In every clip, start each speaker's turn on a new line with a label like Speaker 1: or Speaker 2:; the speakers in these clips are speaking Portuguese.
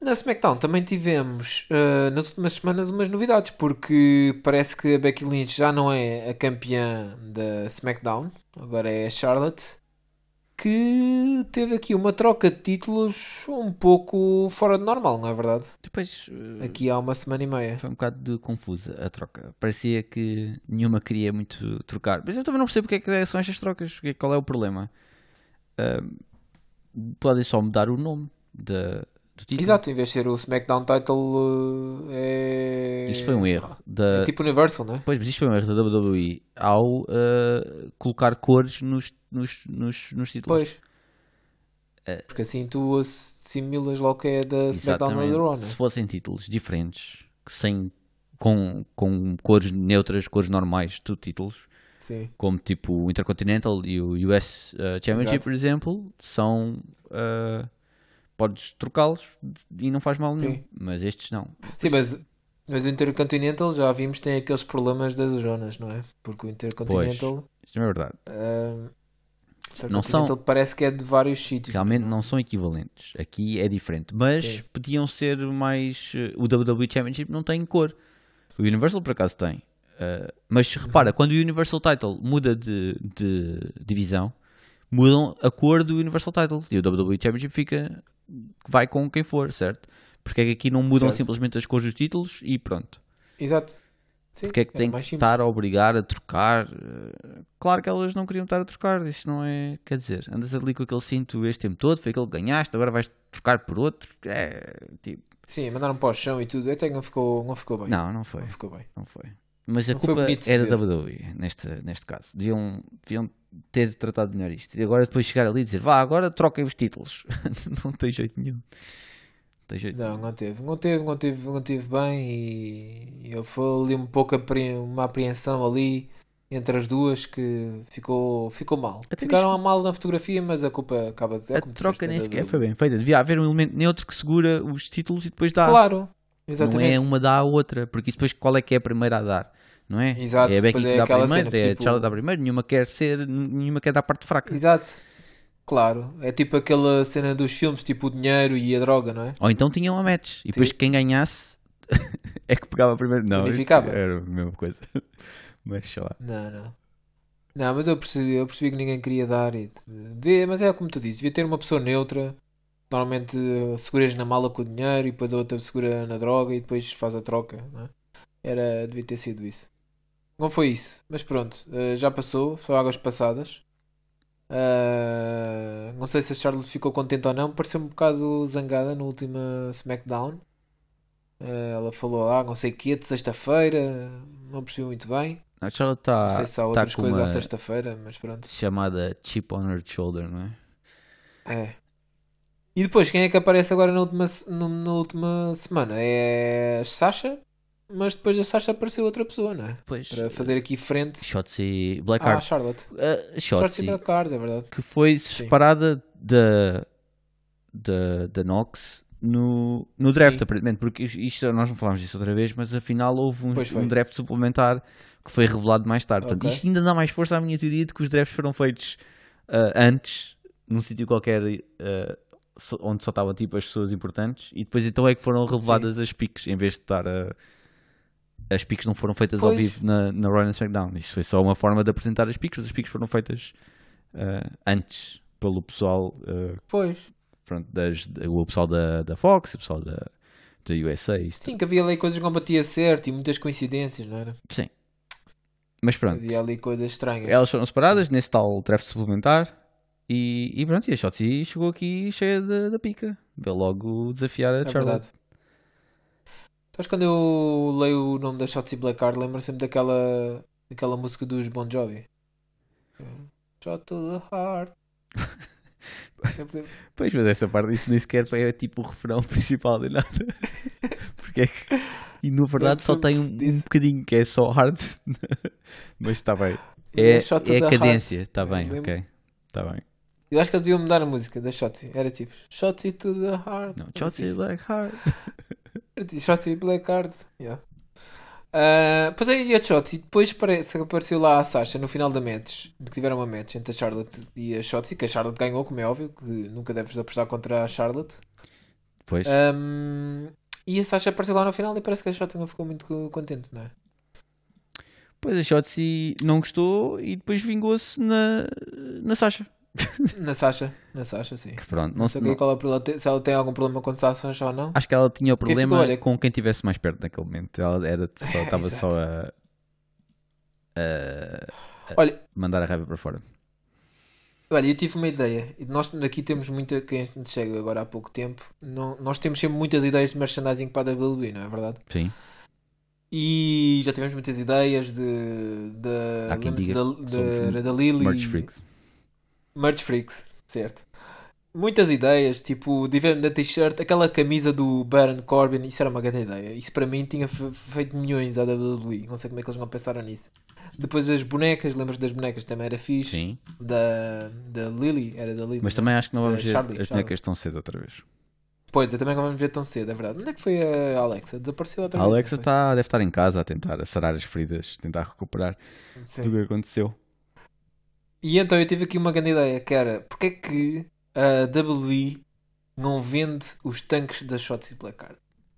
Speaker 1: Na SmackDown também tivemos eh, nas últimas semanas umas novidades, porque parece que a Becky Lynch já não é a campeã da SmackDown, agora é a Charlotte, que teve aqui uma troca de títulos um pouco fora de normal, não é verdade?
Speaker 2: Depois eh,
Speaker 1: Aqui há uma semana e meia.
Speaker 2: foi um bocado de confusa a troca. Parecia que nenhuma queria muito trocar. Mas eu também não percebo porque é que são estas trocas. que- Qual é o problema? Ah, podem só mudar o nome da, do título.
Speaker 1: Exato, em vez de ser o SmackDown title, eh, é.
Speaker 2: Isto foi um
Speaker 1: É
Speaker 2: erro. Da,
Speaker 1: tipo Universal, né?
Speaker 2: Pois, mas isto foi um erro da WWE ao ah, colocar cores nos, nos, nos, nos títulos.
Speaker 1: Pois.
Speaker 2: Eh,
Speaker 1: Porque assim tu assimilas logo que é da SmackDown ou da Raw, né?
Speaker 2: Se fossem títulos diferentes, que sem, com, com cores neutras, cores normais de títulos,
Speaker 1: Sim.
Speaker 2: como tipo o Intercontinental e o US uh, Championship,
Speaker 1: Exato.
Speaker 2: por exemplo, são. uh, podes trocá-los e não faz mal nenhum.
Speaker 1: Sim.
Speaker 2: Mas estes não.
Speaker 1: Sim, mas, mas o Intercontinental já vimos tem aqueles problemas das zonas, não é? Porque o Intercontinental,
Speaker 2: Isto também é verdade.
Speaker 1: ah, o
Speaker 2: Não são-
Speaker 1: Intercontinental parece que é de vários sítios.
Speaker 2: Realmente não são equivalentes. Aqui é diferente. Mas
Speaker 1: Sim.
Speaker 2: podiam ser mais. uh, O WWE Championship não tem cor. O Universal, por acaso, tem. Uh, mas repara, quando o Universal Title muda de, de divisão, mudam a cor do Universal Title. E o WWE Championship fica. Vai com quem for, certo? Porque é que aqui não mudam
Speaker 1: Certo.
Speaker 2: simplesmente as cores dos títulos e pronto.
Speaker 1: Exato. Sim,
Speaker 2: Porque é que
Speaker 1: era
Speaker 2: tem que
Speaker 1: mais simples.
Speaker 2: estar a obrigar a trocar? Uh, Claro que elas não queriam estar a trocar, isto não é. Quer dizer, andas ali com aquele cinto este tempo todo, foi aquele que ganhaste, agora vais trocar por outro. É, tipo,
Speaker 1: Sim, mandaram para o chão e tudo. Até que não ficou, não ficou bem.
Speaker 2: não, não foi.
Speaker 1: Não ficou bem.
Speaker 2: Não foi. Mas a
Speaker 1: Não foi
Speaker 2: culpa
Speaker 1: bonito de
Speaker 2: é
Speaker 1: se
Speaker 2: da WWE, neste, neste caso. Deviam, deviam ter tratado melhor isto. E agora depois chegar ali e dizer, vá, agora troquem os títulos. não tem jeito nenhum. Não tem jeito
Speaker 1: Não, não teve, não teve, não teve, não teve bem e eu fui ali um pouco apre- uma apreensão ali entre as duas que ficou, ficou mal.
Speaker 2: Até
Speaker 1: Ficaram mal na fotografia, mas a culpa acaba de é
Speaker 2: A
Speaker 1: como tu
Speaker 2: troca
Speaker 1: disseste,
Speaker 2: nem
Speaker 1: é da
Speaker 2: sequer
Speaker 1: WWE.
Speaker 2: foi bem feita. Devia haver um elemento neutro que segura os títulos e depois dá.
Speaker 1: Claro, exatamente.
Speaker 2: Não Tá. é uma dá à outra, porque isso depois qual é que é a primeira a dar, não é?
Speaker 1: Exato,
Speaker 2: é a Becky
Speaker 1: depois
Speaker 2: que
Speaker 1: é
Speaker 2: dá
Speaker 1: aquela
Speaker 2: primeiro,
Speaker 1: cena,
Speaker 2: é
Speaker 1: tipo-
Speaker 2: a Charlotte dá primeiro, nenhuma quer ser, nenhuma quer dar a parte fraca.
Speaker 1: Exato. Claro, é tipo aquela cena dos filmes, tipo o dinheiro e a droga, não é?
Speaker 2: Ou então tinham a match, e depois quem ganhasse é que pegava primeiro. Não, isso
Speaker 1: Unificava.
Speaker 2: era a mesma coisa. Mas sei lá.
Speaker 1: Não, não. Não, mas eu percebi, eu percebi que ninguém queria dar. E, devia, mas é como tu dizes, devia ter uma pessoa neutra. Normalmente eh, seguras na mala com o dinheiro e depois a outra segura na droga e depois faz a troca. Não é? Era, devia ter sido isso. Não foi isso, mas pronto, eh, já passou, foi águas passadas. Ah, não sei se a Charlotte ficou contente ou não, pareceu um bocado zangada no último SmackDown. Ah, ela falou lá, não sei o quê, de sexta-feira, não percebi muito bem.
Speaker 2: A Charlotte
Speaker 1: Não
Speaker 2: está
Speaker 1: sei se há
Speaker 2: tá
Speaker 1: outras
Speaker 2: com
Speaker 1: coisas
Speaker 2: uma
Speaker 1: à sexta-feira, mas pronto.
Speaker 2: chamada chip on her shoulder, não é?
Speaker 1: É. E depois, quem é que aparece agora na última, se- no- na última semana? É a Sasha, mas depois da Sasha apareceu outra pessoa, não é?
Speaker 2: Pois,
Speaker 1: Para fazer aqui frente
Speaker 2: Shotzi
Speaker 1: à
Speaker 2: Blackheart.
Speaker 1: Charlotte.
Speaker 2: Ah,
Speaker 1: Shorty
Speaker 2: Shotzi,
Speaker 1: Black Card, é verdade.
Speaker 2: que foi separada da, da, da Nox no, no draft,
Speaker 1: Sim.
Speaker 2: aparentemente, porque is- isto nós não falámos disso outra vez, mas afinal houve um,
Speaker 1: Pois foi.
Speaker 2: um draft suplementar que foi revelado mais tarde. Portanto,
Speaker 1: Ok.
Speaker 2: isto ainda dá mais força à minha teoria de que os drafts foram feitos ah, antes, num sítio qualquer ah, so- onde só estavam tipo as pessoas importantes, e depois então é que foram reveladas as piques, em vez de estar a. As piques não foram feitas ao
Speaker 1: Pois.
Speaker 2: vivo na, na Royal SmackDown. Isso foi só uma forma de apresentar as piques, mas as piques foram feitas ah, antes pelo pessoal, ah,
Speaker 1: Pois.
Speaker 2: pronto, das, da- o pessoal da, da Fox, o pessoal da, da USA, isso.
Speaker 1: Sim, que havia ali coisas que não batia certo e muitas coincidências, não era?
Speaker 2: Sim. Mas pronto,
Speaker 1: Havia ali coisas estranhas.
Speaker 2: elas foram separadas nesse tal draft suplementar e, e pronto, e a Shotzi chegou aqui cheia da, da pica. Veio logo desafiar a
Speaker 1: É
Speaker 2: Charlotte.
Speaker 1: verdade. Sabes quando eu leio o nome da Shotzi Blackheart, lembro sempre daquela, daquela música dos Bon Jovi. Shot to the heart. Sempre-
Speaker 2: Pois, mas essa parte, isso nem sequer foi é, tipo o refrão principal de nada. Porque é que. E na verdade só tem um, um
Speaker 1: disso.
Speaker 2: bocadinho que é só hard. mas está bem.
Speaker 1: É
Speaker 2: É,
Speaker 1: Shot to
Speaker 2: é
Speaker 1: the
Speaker 2: a
Speaker 1: Heart.
Speaker 2: cadência, está bem,
Speaker 1: lembro.
Speaker 2: ok. Está bem.
Speaker 1: Eu acho que eles deviam mudar a música da Shotzi. Era tipo Shotzi to the heart.
Speaker 2: Não,
Speaker 1: Era
Speaker 2: Shotzi é
Speaker 1: fixe.
Speaker 2: Blackheart.
Speaker 1: Shotzi Blackheart. Yeah. Ah, pois aí, e a Shotzi, depois parece que apareceu lá a Sasha no final da match, que tiveram uma match entre a Charlotte e a Shotzi, que a Charlotte ganhou, como é óbvio, que nunca deves apostar contra a Charlotte.
Speaker 2: Pois.
Speaker 1: Ahm, e a Sasha apareceu lá no final e parece que a Shotzi não ficou muito co- contente, não é?
Speaker 2: Pois a Shotzi não gostou e depois vingou-se na, na Sasha.
Speaker 1: Na Sasha, na Sasha, sim.
Speaker 2: Que pronto, não
Speaker 1: Não
Speaker 2: se-
Speaker 1: sei o que é que ela- ela tem- se ela tem algum problema com a Sasha ou não.
Speaker 2: Acho que ela tinha o
Speaker 1: ficou,
Speaker 2: problema
Speaker 1: olha,
Speaker 2: com quem estivesse mais perto naquele momento. Ela era só, estava só a, a- a
Speaker 1: Olha-
Speaker 2: mandar a raiva para fora.
Speaker 1: Olha, eu tive uma ideia. E Nós aqui temos muita. Quem chega agora há pouco tempo, não- nós temos sempre muitas ideias de merchandising para a WWE, não é verdade?
Speaker 2: Sim.
Speaker 1: E já tivemos muitas ideias de. de
Speaker 2: Há quem
Speaker 1: lembra-se
Speaker 2: diga
Speaker 1: da,
Speaker 2: que somos
Speaker 1: da, da Lily.
Speaker 2: Merch Freaks.
Speaker 1: Merch Freaks, certo. Muitas ideias, tipo, tivemos da t-shirt, aquela camisa do Baron Corbin, isso era uma grande ideia. Isso para mim tinha fe- feito milhões à WWE, não sei como é que eles não pensaram nisso. Depois as bonecas, lembras das bonecas, também era fixe.
Speaker 2: Sim.
Speaker 1: Da, da Lily, era da Lily. não
Speaker 2: Mas
Speaker 1: é?
Speaker 2: também acho que não
Speaker 1: Da
Speaker 2: vamos ver
Speaker 1: Charlie,
Speaker 2: as
Speaker 1: Charlie.
Speaker 2: bonecas tão cedo outra vez.
Speaker 1: Pois, eu também não vamos ver tão cedo, é verdade. Onde é que foi a Alexa? Desapareceu outra
Speaker 2: A
Speaker 1: vez,
Speaker 2: Alexa
Speaker 1: não
Speaker 2: tá, deve estar em casa a tentar a sarar as feridas, tentar recuperar
Speaker 1: foi? Sim.
Speaker 2: tá do que aconteceu.
Speaker 1: E então eu tive aqui uma grande ideia, que era, porque é que a WWE não vende os tanques da Shotzi Blackheart?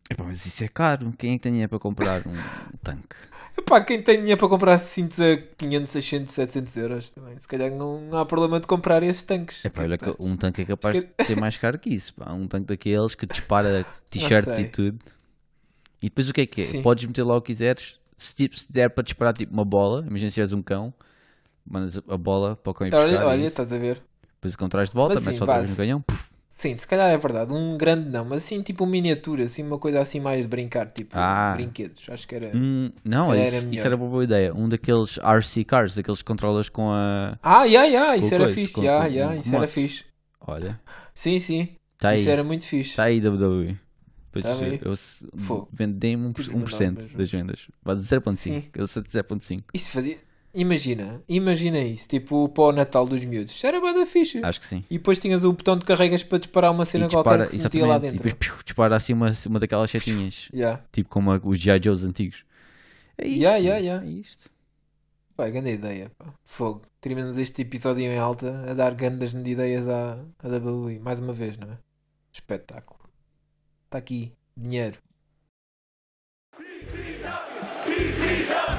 Speaker 2: Epá, mas isso é caro. Quem é que tem dinheiro para comprar um, um tanque?
Speaker 1: Epá, quem tem dinheiro para comprar cintos a 500, 600, 700 euros também, se calhar não, não há problema de comprar esses tanques.
Speaker 2: Epá, olha, que
Speaker 1: Acho
Speaker 2: um tanque é capaz de ser mais caro que isso. Pá. Um tanque daqueles que dispara t-shirts
Speaker 1: sei.
Speaker 2: e tudo. E depois o que é que é?
Speaker 1: Sim.
Speaker 2: Podes meter lá o que quiseres. Se, tipo, se der para disparar tipo uma bola, imagina se tiveres um cão, mandas a bola para o cão ir buscar.
Speaker 1: Olha,
Speaker 2: e
Speaker 1: olha,
Speaker 2: isso.
Speaker 1: estás a ver?
Speaker 2: Depois o cão traz de volta,
Speaker 1: Mas
Speaker 2: mas,
Speaker 1: sim,
Speaker 2: só
Speaker 1: pá,
Speaker 2: traz no
Speaker 1: se-
Speaker 2: canhão.
Speaker 1: Sim, se calhar é verdade. Um grande não, mas assim, tipo miniatura, assim, uma coisa assim mais de brincar, tipo
Speaker 2: Ah.
Speaker 1: brinquedos. Acho que era.
Speaker 2: Hum, não,
Speaker 1: Calhar
Speaker 2: isso,
Speaker 1: É. era
Speaker 2: isso era uma boa ideia. Um daqueles RC cars, daqueles controlas com a.
Speaker 1: Ah, yeah, yeah, isso
Speaker 2: Com
Speaker 1: era
Speaker 2: coisa,
Speaker 1: fixe,
Speaker 2: com-
Speaker 1: yeah,
Speaker 2: com-
Speaker 1: yeah,
Speaker 2: com
Speaker 1: isso era
Speaker 2: motos.
Speaker 1: fixe.
Speaker 2: Olha,
Speaker 1: Sim, sim,
Speaker 2: está um Tá aí.
Speaker 1: isso era muito fixe.
Speaker 2: Está aí, WWE. Depois
Speaker 1: Tá bem.
Speaker 2: eu se-
Speaker 1: Fogo.
Speaker 2: vendo- dei-me um por-
Speaker 1: Tive que mandar
Speaker 2: 1%
Speaker 1: mesmo.
Speaker 2: das vendas. Vai de 0.5. Eu sei de 0.5.
Speaker 1: Isso fazia. Imagina, imagina isso, tipo para o Natal dos miúdos. Isso era bada fixe.
Speaker 2: Acho que sim.
Speaker 1: E depois tinhas o botão de carregas para disparar uma cena
Speaker 2: e
Speaker 1: qualquer
Speaker 2: dispara,
Speaker 1: que se metia lá
Speaker 2: exatamente. E
Speaker 1: dentro.
Speaker 2: depois piu, dispara assim uma, uma daquelas setinhas.
Speaker 1: Yeah.
Speaker 2: Tipo como a- os G.I. Joes antigos. É isto.
Speaker 1: Yeah, yeah,
Speaker 2: meu.
Speaker 1: yeah.
Speaker 2: É isto.
Speaker 1: Pá, grande ideia, pá. Fogo. Terminamos este episódio em alta a dar grandes ideias à, à WWE. Mais uma vez, não é? Espetáculo. Está aqui. Dinheiro.
Speaker 3: PCW, PCW.